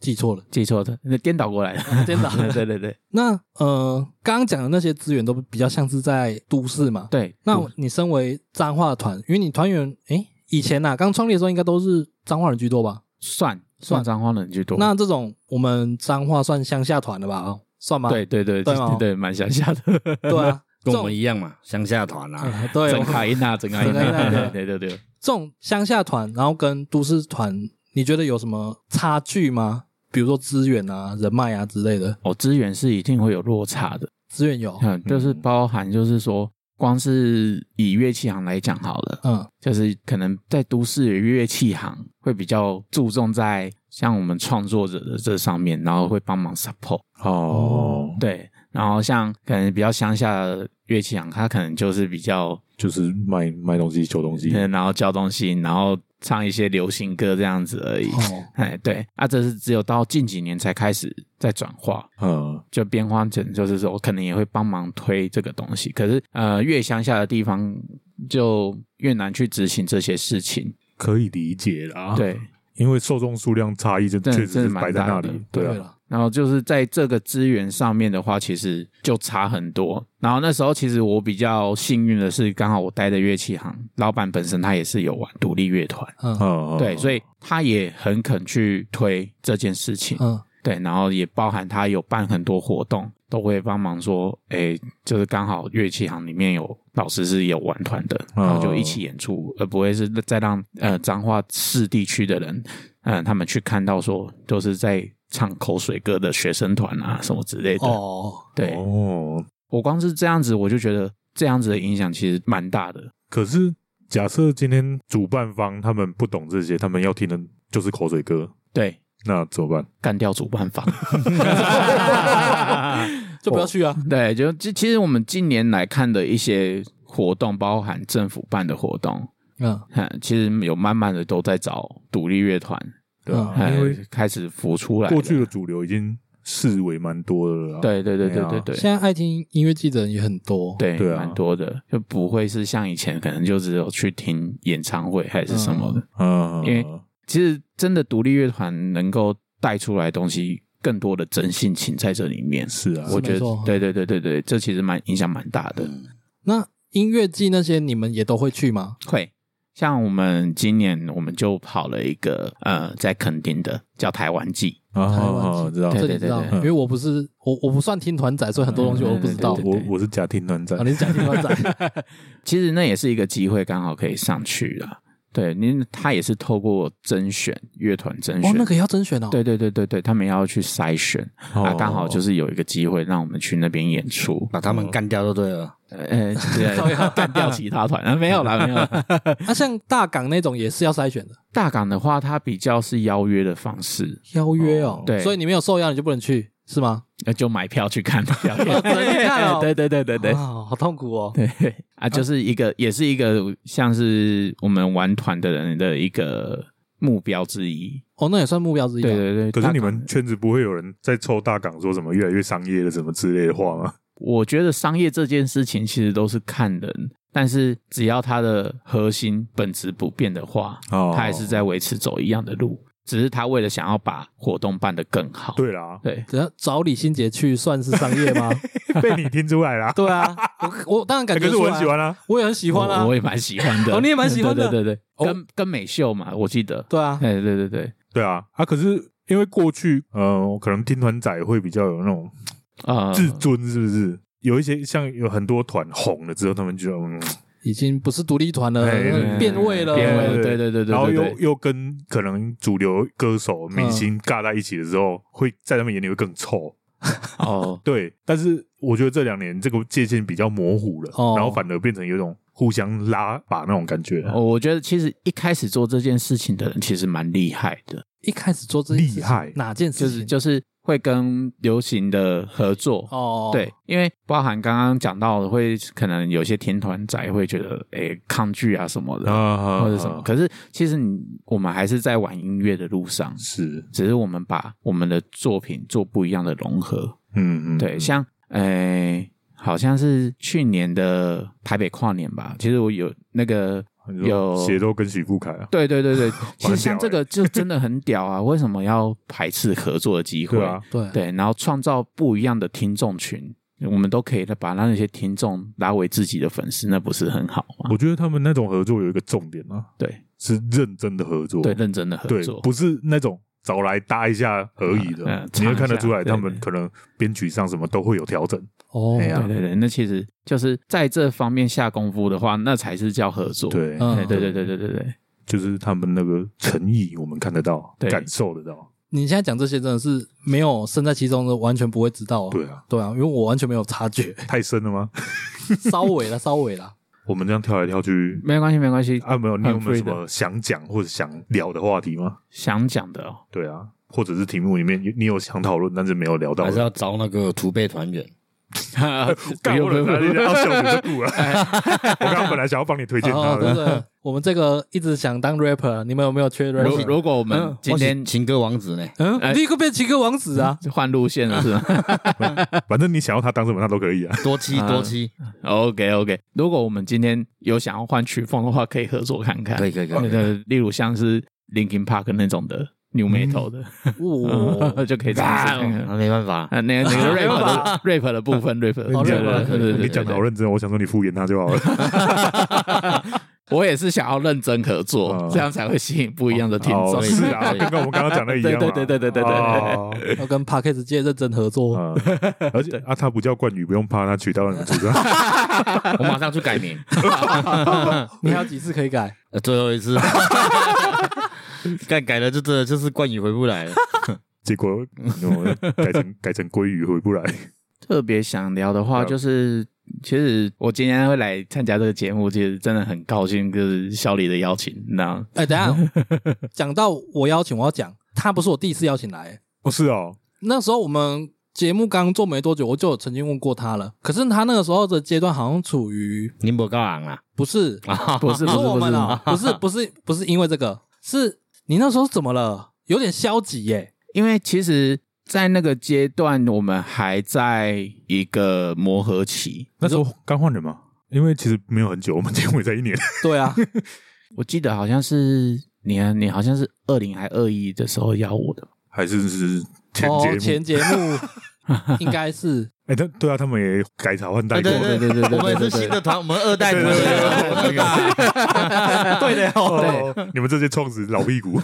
记错了，
记错的，那颠倒过来了。
真的。 啊
对对对
那呃，刚刚讲的那些资源都比较像是在都市嘛，
对，
那
我
你身为彰化的团，因为你团员，诶，以前呐、刚创立的时候应该都是彰化人居多吧？
算
算
算彰化人居多。
那这种我们彰化算乡下团的吧？哦算吗？
对对对
对吗
对对，蛮乡下的，
对啊，这
跟我
种
们一样嘛，乡下团啊。
哎 对
整
我
卡音啊，整卡音
整卡音
啊
啊，
对对对。
这种乡下团，然后跟都市团，你觉得有什么差距吗？比如说资源啊、人脉啊之类的，
哦，资源是一定会有落差的，
资源有，
嗯，就是包含就是说，光是以乐器行来讲好了，
嗯
就是可能在都市的乐器行会比较注重在像我们创作者的这上面，然后会帮忙 support，
哦，
对，然后像可能比较乡下的乐器行，它可能就是比较，
就是卖卖东西、求东西，
嗯然后教东西，然后唱一些流行歌这样子而已。
哦，
哎，对，啊，这是只有到近几年才开始在转化，
嗯，
就变化成就是说，我可能也会帮忙推这个东西。可是，呃，越乡下的地方就越难去执行这些事情。
可以理解啦，，
对，
因为受众数量差异就
真
确
的
实是
真的
摆在那
蛮大的
里，对啊，
了，
然后就是在这个资源上面的话，其实就差很多。然后那时候其实我比较幸运的是，刚好我待的乐器行老板本身他也是有玩独立乐团，
嗯
嗯，
对，所
以
以他也很肯去推这件事情。
嗯
对，然后也包含他有办很多活动，都会帮忙说，哎，就是刚好乐器行里面有老师是有玩团的，
哦
然后就一起演出，而不会是再让呃彰化市地区的人，嗯、他们去看到说，就是在唱口水歌的学生团啊什么之类的。
哦，
对
哦，
我光是这样子，我就觉得这样子的影响其实蛮大的。
可是假设今天主办方他们不懂这些，他们要听的就是口水歌，
对，
那怎么办？
干掉主办 方。
就不要去啊，
对，就其其实我们近年来看的一些活动，包含政府办的活动，
嗯
嗯，其实有慢慢的都在找独立乐团，
对啊，
哎
因为
开始浮出来了。
过去的主流已经视为蛮多的了啦。
对对对对对对
现在爱听音乐剧的人也很多，
对
啊对啊
蛮多的，就不会是像以前可能就只有去听演唱会还是什么的。
嗯，
因为其实真的独立乐团能够带出来的东西，更多的真性情在这里面。
是啊，嗯
我觉
没
得
错，
对对对对对，这其实蛮影响蛮大的。
那音乐季那些你们也都会去吗？
会，像我们今年我们就跑了一个呃，在垦丁的叫台湾季，
啊，
台
好
湾
好知道，
哦对嗯
这里知道，因为我不是我我不算听团仔，所以很多东西我都不知道。
对对对
我我是假听团仔
啊，，你是讲听团 仔
其实那也是一个机会，刚好可以上去了。对，您他也是透过甄选乐团甄
哦
选，，
那个也要甄选哦。
对对对对对，他们要去筛选、啊，
哦
刚好就是有一个机会让我们去那边演 出，
把他们干掉就对了。
呃，对，干掉其他团 啊，没有啦，没有啦。
那啊像大港那种也是要筛选的
大港的话，它比较是邀约的方式，
邀约哦
哦，
对
所以你没有受邀你就不能去是吗？
那就买票去 看，票去
只能去看哦
对对对对对
啊，。好痛苦哦。
对啊，就是一个，也是一个像是我们玩团的人的一个目标之一。
哦，那也算目标之一吧。
对对对，
可是你
大
们
港，
圈子不会有人在抽大港说什么越来越商业了什么之类的话吗？
我觉得商业这件事情其实都是看人，但是只要它的核心本质不变的话，
哦
它还是在维持走一样的路，只是他为了想要把活动办得更好。，
对啦
对
只要找李心洁去算是商业 吗？
被你听出来啦。
对啊，我我当 然感
欸
觉
可是
出
我
来
很喜，欢啊，
我也很喜欢啊
我，我。也蛮喜欢的。
哦你也蛮喜欢的
对对对
哦
对，跟跟美秀嘛，我记得。
对啊，
哎，对对对，
对啊，啊，可是因为过去，呃，可能听团仔会比较有那种
啊，
自尊，是不是？有一些像有很多团红了之后，他们就嗯，
已经不是独立团了呃
哎对，
变味了。
变味了，
对
对对对对，
然后
对
又
对
又跟可能主流歌手、明星尬在一起的时候，会在他们眼里会更臭。
哦，
对，但是我觉得这两年这个界限比较模糊了，
哦
然后反而变成有一种互相拉把那种感觉。
哦，我觉得其实一开始做这件事情的人其实蛮厉害的，
一开始做这件事情
厉害
哪件
就
事
是
情？
就是会跟流行的合作。
哦，
对，因为包含刚刚讲到的，会可能有些天团仔会觉得，诶、抗拒啊什么的，
啊
或者什么。可是其实你我们还是在玩音乐的路上，
是，
只是我们把我们的作品做不一样的融合。
嗯嗯，
对，像诶、好像是去年的台北跨年吧，其实我有那个
你说
有
血肉跟许富凯啊，
对对 对对，其实
屌欸
像这个就真的很屌啊！为什么要排斥合作的机会？
对啊，
对，
对然后创造不一样的听众群，我们都可以把那些听众拉为自己的粉丝，那不是很好吗？
我觉得他们那种合作有一个重点啊，
对
是认真的合作，
对，认真的合
对
作，
不是那种找来搭一下而已的，
嗯嗯
你会看得
唱一下
出来，
对
他们
对
可能编曲上什么都会有调整。
哦
哎，呀
对对对，那其实就是在这方面下功夫的话，那才是叫合作。
对，
嗯
对对对对对对对，
就是他们那个诚意，我们看得到，
对
感受得到。
你现在讲这些真的是没有身在其中的，完全不会知道哦。
对啊，
对啊，因为我完全没有察 觉，
太深了吗？
稍微啦，稍微啦。
我们这样跳来跳去，
没关系没关系。
啊，没有，你有没有
free
什么想讲或者想聊的话题吗？
想讲的哦，
对啊，或者是题目里面你有想讨论，但是没有聊到
还是
的。
要招那个土贝团员，
干我了，
不用
哪
不
里
用哎
要笑你的故啊！ 我刚刚本来想要帮你推荐他
哦，对
的，
对，我们这个一直想当 rapper，你们有没有缺
如
rapper？
如哎果我们
嗯
今天
哦我是情歌王子呢？
嗯，立刻变情歌王子 啊！
换路线 了，是吗？
反正你想要他当什么，他都可以啊。
多妻
啊
多妻，
OK OK，如果我们今天有想要换曲风的话，可以合作看看。
可以可以可
对
以，
对，例如像是 Linkin Park 那种的 New Metal 的，
哇，
就可以尝试看看。
啊没办法，
啊，那个那个 rap 的 rap 的部分，rap 的
哦
对
rap 的
对对对对
你讲的好
对，
认真，我想说你敷衍他就好了。
我也是想要认真合作
嗯，
这样才会吸引不一样的听
哦，
众。
是啊，跟跟我们刚刚讲的一样嘛。
对对对对对对对
哦
要跟 Parkes 界认真合
哦
作，
嗯，而且啊，他不叫冠宇，不用怕他取到你们主 张。
我马上去改名，
你还有几次可以改？
呃最后一 次，干改了就真的就是冠宇回不来了。
结果我改成 改成鲑鱼回不来。
特别想聊的话，
嗯
就是其实我今天会来参加这个节目，其实真的很高兴，就是小李的邀请。那
哎，等一 下讲到我邀请，我要讲，他不是我第一次邀请来，
哦，是哦，
那时候我们节目刚做没多久，我就有曾经问过他了。可是他那个时候的阶段好像处于
宁波高昂啊，
不是你
不是不是
说我
不
们
是
啊， 不是不是不是因为这个，是你那时候怎么了？有点消极耶、
因为其实在那个阶段，我们还在一个磨合期。
那时候刚换人嘛，因为其实没有很久，我们结婚也才一年。
对 啊，
我记得好像是你，你好像是二零还二一的时候邀我的。
还是是前节
哦，
目。
前节目应该 是
哎、他对啊，他们也改朝换代
对
过。
对对对对，我们是新的团，我们二代团，对的哦，
哦，你们这些创始老屁股，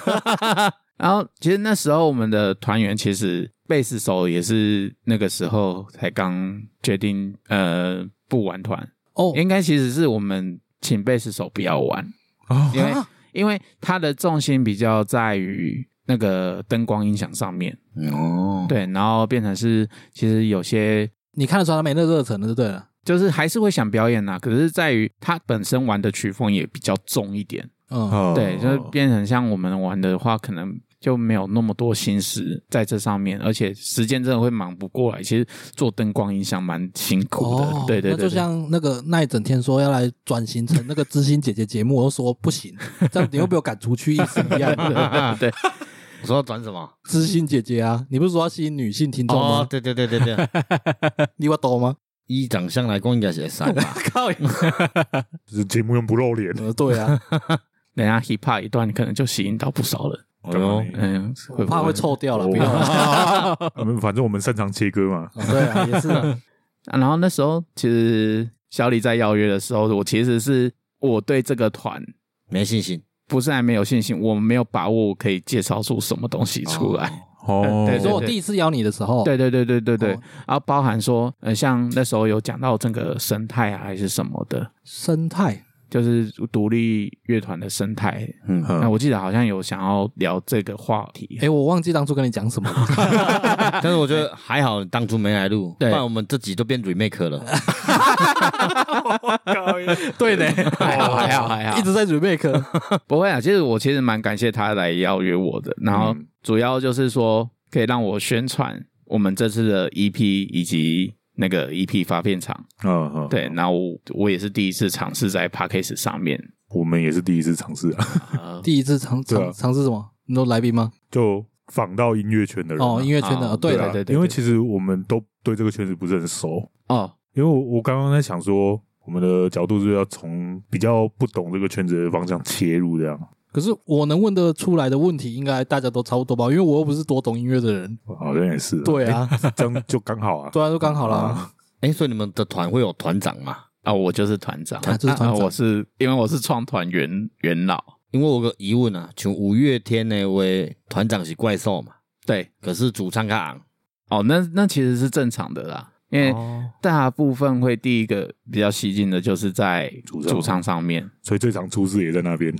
然后其实那时候我们的团员其实贝斯手也是那个时候才刚决定呃不玩团，
哦，
应该其实是我们请贝斯手不要玩，
哦
因为因为他的重心比较在于那个灯光音响上面，
哦，
对，然后变成是其实有些
你看得出来他没那热忱了，就对了。
就是还是会想表演呐、啊可是在于他本身玩的曲风也比较重一点，
嗯，
哦
对，就是变成像我们玩的话，可能就没有那么多心思在这上面，而且时间真的会忙不过来。其实做灯光音响蛮辛苦的，
哦，
对对
那
对
就
对。
像那个那一整天说要来转型成那个知心姐姐节目，我都说不行，这样你会被我赶出去意思一样的。
对，
我说要转什么？
知心姐姐啊，你不是说要吸引女性听众
哦，
吗？
对对对对对，
你有懂吗？
以长相来讲应该是会使 吧？
靠！
就是节目又不露脸，
呃，对啊，
等一下 hip hop 一段，可能就吸引到不少人。
干嘛呢
嗯，
我
会不
怕会
会
臭掉了，
哦
不要了。
我们反正我们擅长切割嘛。
哦对啊，也是啊。
啊然后那时候其实小李在邀约的时候，我其实是我对这个团
没信心，
不是还没有信心，我没有把握我可以介绍出什么东西出来。
哦，
对
你说我第一次邀你的时候，
对对对对对对，
哦
然后包含说，呃，像那时候有讲到整个生态啊，还是什么的，
生态
就是独立乐团的生态。
嗯，
那我记得好像有想要聊这个话题，
哎，我忘记当初跟你讲什么了。
但是我觉得还好，当初没来录，不
对
然我们这集都变 remake 了。
对 呢，还
好还好还好
一直在 remake。
不会啊。其实我其实蛮感谢他来邀约我的，然后
嗯
主要就是说可以让我宣传我们这次的 EP 以及那个 EP 发片场。
嗯嗯，
对，，然后我我也是第一次尝试在 p a c k a s e 上面。
我们也是第一次尝试啊，
第一次尝
对啊
尝尝试什么？你都来宾吗？
就仿到音乐圈的人啊
哦，音乐圈的，
啊
哦对
啊
的，
对对对
因为其实我们都对这个圈子不是很熟，
哦，
因为我我刚刚在想说，我们的角度是要从比较不懂这个圈子的方向切入，这样
可是我能问得出来的问题，应该大家都差不多吧？因为我又不是多懂音乐的人。
好像也是，
对啊，
这样就刚好啊。
对啊，就刚好啦。
哎，所以你们的团会有团长吗？
啊，我就是团长，
他就是团长
啊我是因为我是创团元元老，
因为我有个疑问啊，像五月天那位团长是怪兽嘛，
对，
可是主唱卡昂，
哦，那那其实是正常的啦，因
哦
为
嗯
大部分会第一个比较吸睛的就是在
主唱
主唱上面，
所以最常出事也在那边。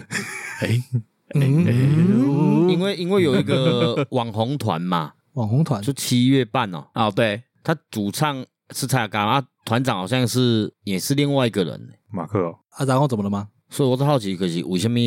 嗯，
因为因为有一个网红团嘛，
网红团
就七月半哦，
哦，对，
他主唱是蔡雅刚啊，团长好像是也是另外一个人，
马克哦，
啊，然后怎么了吗？
所以我都好奇，可是为什么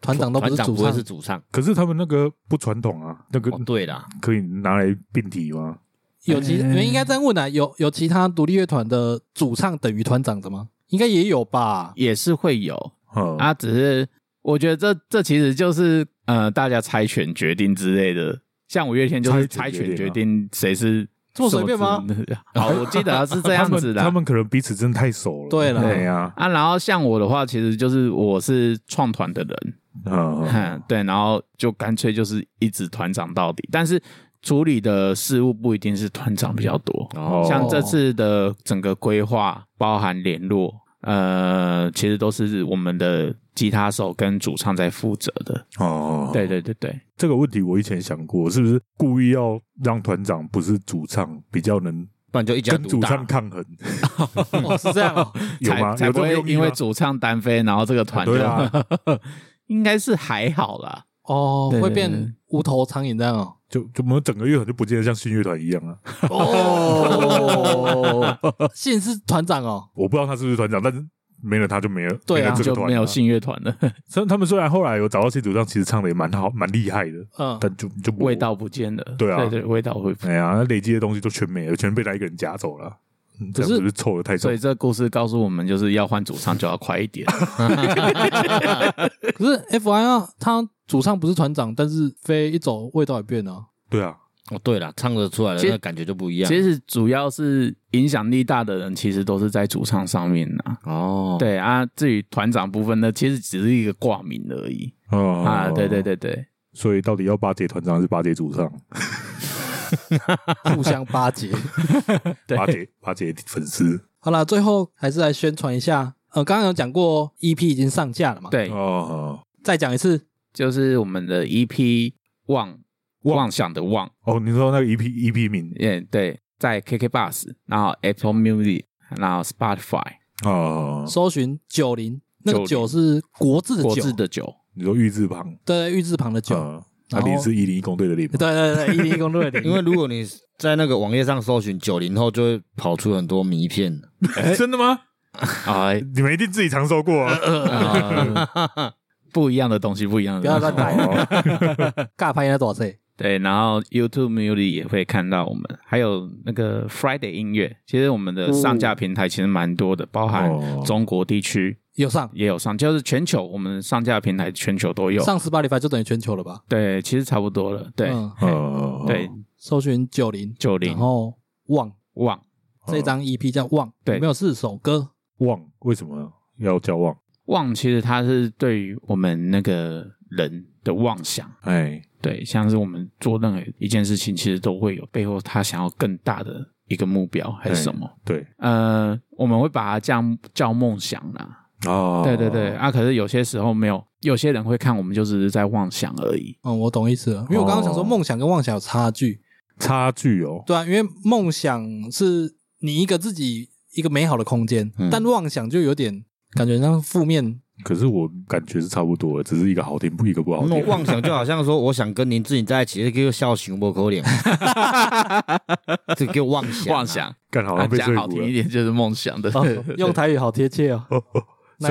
团长都不
团
是
长
主
不会
唱
是，主唱？
可是他们那个不传统啊，那个
哦，对啦，
可以拿来并体吗？
有其
哎
你们应该这样问啊，有有其他独立乐团的主唱等于团长的吗？应该也有吧？
也是会有
嗯，
啊，只是我觉得这这其实就是呃大家猜拳决定之类的，像五月天就是
猜
猜
拳
拳
决
决
定
定谁是
这么随便吗
什么之？好，哦我记得是这样子 的
他们，他们可能彼此真的太熟了。
对啦
对呀，
啊，然后像我的话，其实就是我是创团的人，
嗯，嗯
哼，对，然后就干脆就是一直团长到底，但是处理的事务不一定是团长比较多，
哦
像这次的整个规划，包含联络，呃，其实都是我们的吉他手跟主唱在负责的。
哦，
对对对 对，
这个问题我以前想过，是不是故意要让团长不是主唱，比较能
不然就一家
跟
独
主唱
大。
抗衡？
哦，是这样 哦，
有
才
吗？
才
有
不
这么
会
用力
因为
吗
主唱单飞，然后这个团就、
对啊
应该是还好 啦。
哦
对，
会
对对
变无头苍蝇这样哦。
就就我们整个乐团就不见得像信乐团一样啊！
哦，信是团长哦，
我不知道他是不是团长，但是没了他就没了，
对啊
没了这
就
个团
没有
啊
信乐团了，
虽然他们虽然后来有找到新主唱，其实唱的也蛮好，蛮厉害的，
嗯，
但就就不
哦味。道不见了。
对啊
对对，味道恢复。
哎呀，那累积的东西都全没了，全被他一个人夹走了。嗯这
可
样
是
是不是凑的太少
所以？这故事告诉我们，就是要换主唱就要快一点。
可是 F I R 他主唱不是团长，但是飞一走味道也变了。
对啊，
哦，对了，唱得出来的
其
那
实
个感觉就不一样。
其实主要是影响力大的人，其实都是在主唱上面呐。
哦，
对啊，至于团长部分呢，其实只是一个挂名而已
哦
啊。对对，对对，
所以到底要巴结团长还是巴结主唱？
互相巴 结。
对
巴结巴结粉丝
好啦，最后还是来宣传一下。呃，刚刚有讲过 EP 已经上架了嘛？，
对，
哦
再讲一次。
就是我们的 EP 妄
妄
妄想的妄，
哦，你说那个 EP EP 名
也对，在 KK Bus，然后 Apple Music，然后 Spotify，
哦，
搜寻九零，那个
九
九是国字的
国
九，
字的哦酒，
你说玉字旁
对，玉字旁的九。
啊，那
然后
零是一零一工队的零
对对对，一零一公路的
因
零。
为如果你在那个网页上搜寻九零后，就会跑出很多迷片。
真的吗？
哎，
你们一定自己常收过啊。
呃啊不一样的东西，不一样的
不要
东
乱
西。
来，
呃
哦
尬拍要多少岁？
对，然后 YouTube Music 也会看到我们，还有那个 Friday 音乐。其实我们
嗯
的上架平台其实蛮多的，包含
哦
中国地区
有上
也有上，就是全球我们上架平台全球都有。
上 Spotify 就等于全球了吧？
对，其实差不多了。对，
嗯
哦
对，
搜寻九零
90
然后望
忘
这张 EP 叫望，
哦对
里面有四首歌。
忘为什么要叫忘？
忘其实它是对于我们那个人的妄想。
哎，
对，像是我们做任何一件事情，其实都会有背后他想要更大的一个目标还是什么。
哎对
呃，我们会把它叫叫梦想啦。
哦，
对对对，啊，可是有些时候没有，有些人会看我们就只是在妄想而已。
嗯，我懂意思了，因为我刚刚想说
哦
梦想跟妄想有差距，
差距哦，
对啊，因为梦想是你一个自己一个美好的空间，
嗯
但妄想就有点感觉像负 面，
可是我感觉是差不多的，只是一个好听，不一个不好
那种
听。
妄想就好像说，我想跟林志颖在一起，就笑熊不可脸，这个妄想、
妄，想，
干好
啊
像被
讲
说
好
服
听一
了，
点就是梦想 的。
哦、用台语好贴切 哦。
所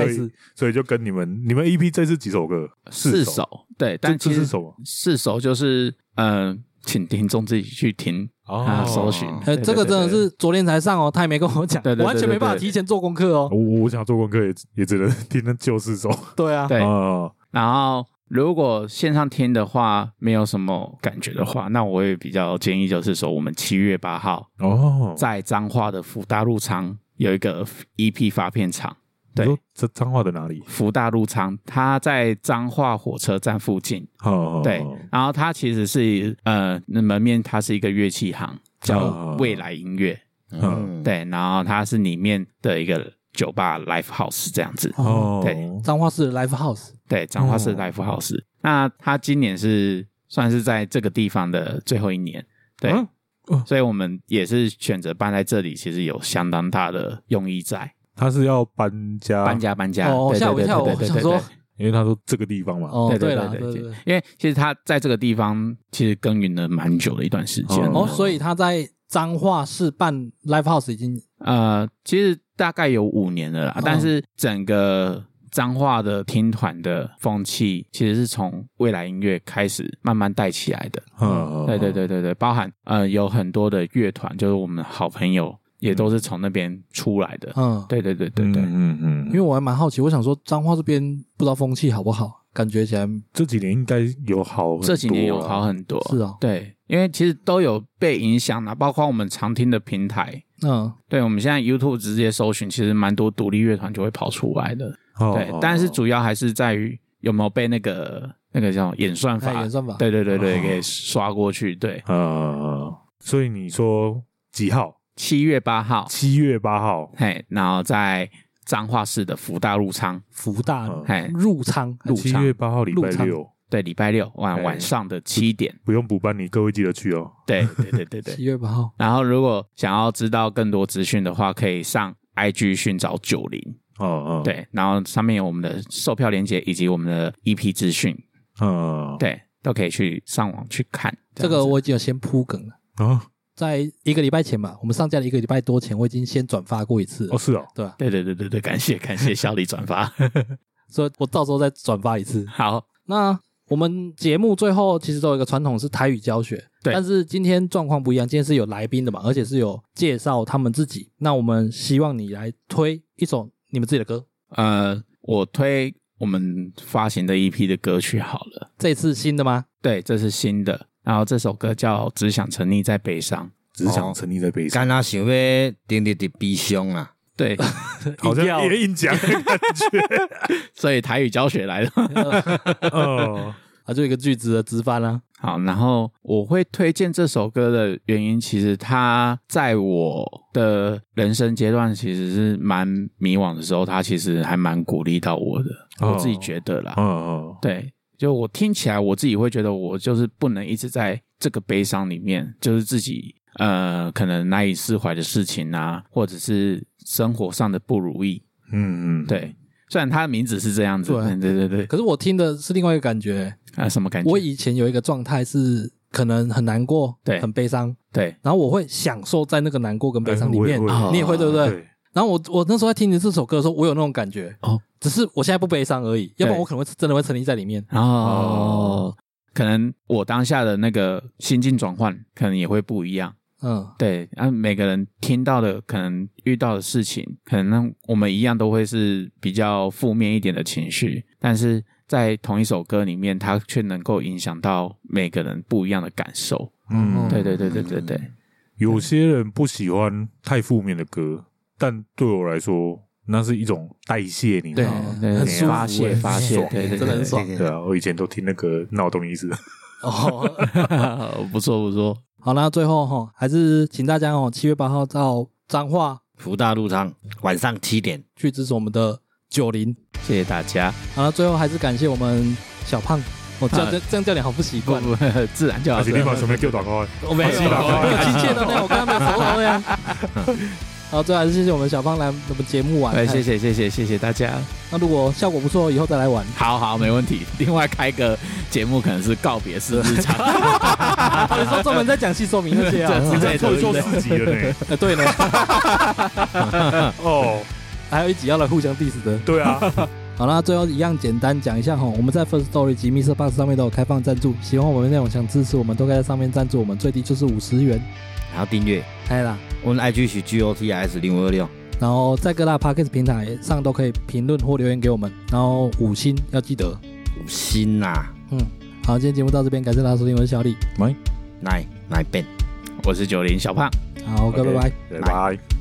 nice
以所以就跟你们你们 EP 这次几首歌？
四
首
首，对，
这
但
这
其实
是什么？
四首就是呃，请听众自己去听
哦
啊，搜寻。
呃，
对
这个真的。是昨天才上哦，他也没跟我讲，
对对对对
完全没办法
对
提前做功课哦。
我我我想做功课也也只能听那旧四首
对啊，
对对对对对，
啊，
然后如果线上听的话，没有什么感觉的话，那我也比较建议就是说，我们七月八号
哦，
在彰化的福大陆仓有一个 EP 发片场，
你
对
说这脏话的哪里？
福大陆仓，它在彰化火车站附近。
哦，
对，然后它其实是呃那门面，它是一个乐器行，叫
哦
未来音乐。
嗯，
对，然后它是里面的一个酒吧 l i f e house 这样子。
哦，
哦，
对
彰化市的 Live House，
对，彰化市
哦
l i f e house。那他今年是算是在这个地方的最后一年，对，
嗯哦
所以我们也是选择搬在这里，其实有相当大的用意在。
他是要搬家，
搬，家，搬家，
哦
对
吓我
对
一跳
对
我
对
想
对
说
对
因为他说这个地方嘛，
哦，
对
对
对
啦，
对
对
对
对，对
因为其实他在这个地方其实耕耘了蛮久的一段时间了。
哦，所以他在彰化市
嗯
办 Live House 已经
呃，其实大概有五年了啦
嗯，
但是整个彰化的听团的风气，其实是从未来音乐开始慢慢带起来的。
哦
嗯，
对对对对对，包含呃有很多的乐团，就是我们好朋友也都是从那边出来的。
嗯，
对对对对
嗯，
对，
嗯嗯，
因
因
为
为
我还蛮好奇，我想说彰化这边不知道风气好不好，感觉起来
这几年应该有好很多啊，
这几年有好很多，
是哦
对，因为其实都有被影响啦，包括我们常听的平台。
嗯
对，我们现在 YouTube 直接搜寻，其实蛮多独立乐团就会跑出来的。
哦，
对，
哦
但是主要还是在于有没有被那个那个叫演算
哎
法，
演算法
对对对对，
哦
给刷过去。对，
呃，所以你说几号？
七月八号，
七月八号，
嘿，然后在彰化市的福大陆仓，
福大
嗯
嘿，
入仓哎
入
七
场
月八号礼拜
入场
六，
对，礼拜六晚
哎
晚上的七点，
不用补班，你各位记得去哦。
对对对对
七
对。
月八号，
然后如果想要知道更多资讯的话，可以上 IG 寻找九零，
哦哦，，
对，然后上面有我们的售票链接以及我们的 EP 资讯，
嗯，
对，都可以去上网去看。
哦这
样
个
子
我已经有先铺梗了，
啊，
在一个礼拜前吧，我们上架了一个礼拜多前，我已经先转发过一次了
哦，是哦，
对吧？
对对对对对，感谢感谢小李转发，
所以我到时候再转发一次。
好，
那我们节目最后其实都有一个传统是台语教学，
对
但是今天状况不一样，今天是有来宾的嘛，而且是有介绍他们自己。那我们希望你来推一首你们自己的歌，
呃，我推 E 我们发行的一批的歌曲好了，
这次新的吗？
对，这是新的，然后这首歌叫《只想沉溺在悲伤》，
只想沉溺在悲伤，
干阿想要顶着的悲伤啊，
对，
好像
硬要
也硬 讲的感觉。
所以台语教学来了。
哦，
啊，就一个句子的直翻啊啦、
好，然后我会推荐这首歌的原因，其实它在我的人生阶段其实是蛮迷惘的时候，它其实还蛮鼓励到我的，
哦
我自己觉得啦。
嗯嗯，
对，就我听起来我自己会觉得，我就是不能一直在这个悲伤里面，就是自己呃可能难以释怀的事情啊，或者是生活上的不如意。
嗯嗯，
对，虽然它的名字是这样子，
对
对对对，
可是我听的是另外一个感觉，
啊什么感觉？
我以前有一个状态是可能很难过，
对
很悲伤，
对
然后我会享受在那个难过跟悲伤里面
哎我也。会
啊
你也会对不对？
对，
然后我我那时候在听你这首歌的时候，我有那种感觉
哦，
只是我现在不悲伤而已，要不然我可能会真的会沉溺在里面。
哦，可能我当下的那个心境转换，可能也会不一样。
嗯，
对，啊，每个人听到的，可能遇到的事情，可能让我们一样都会是比较负面一点的情绪，但是在同一首歌里面，它却能够影响到每个人不一样的感受。
嗯，
对对对对对对，
有些人不喜欢太负面的歌，但对我来说，那是一种代谢，你知道吗？啊
对
很舒服
发泄
欸
发泄
爽
对对对
真的很
对
爽。
对啊，我以前都听那个闹动 意思，
哦，
嗯啊不错不错，
好，那最后哈，还是请大家哦，七月八号到彰化
福大入仓，晚上七点，
去支持我们的九零。
谢谢大家。
好，那最后还是感谢我们小胖，我叫这这样叫你好不习
啊不 啊
惯，
不，自然就好
而
自
且
然
你
就
把
好。
前面丢短话，
我没有，
好习惯
我有亲切的呢，我刚刚没有说话的呀。好，最后还是谢谢我们小胖来我们节目玩，
哎，谢。谢谢谢谢谢大家。
那如果效果不错，以后再来 玩。
好好，没问题。另外开个节目，可能是告别式日 常
啊你说专门在讲戏说明那些 啊？
这
你
之
这
类
凑错
的。
四集了呢。
呃 对呢，
哦，
还有一集要来互相 diss 的。
对啊，
好啦，最后一样简单讲一下哈，我们在 First Story 及 Mr. Box 上面都有开放赞助，喜欢我们的内容想支持我们，都可以在上面赞助我们，最低就是五十元，
然后订阅。
哎啦，
我们 IG 是 G O T S 零五二六，
然后在各大 Podcast 平台上都可以评论或留言给我们，然后五星要记得。
五星呐，
嗯，好，今天节目到这边，感谢大家收听，我是小李，
来来 Ben。
我是九零小胖。
好，各位拜拜。
拜拜。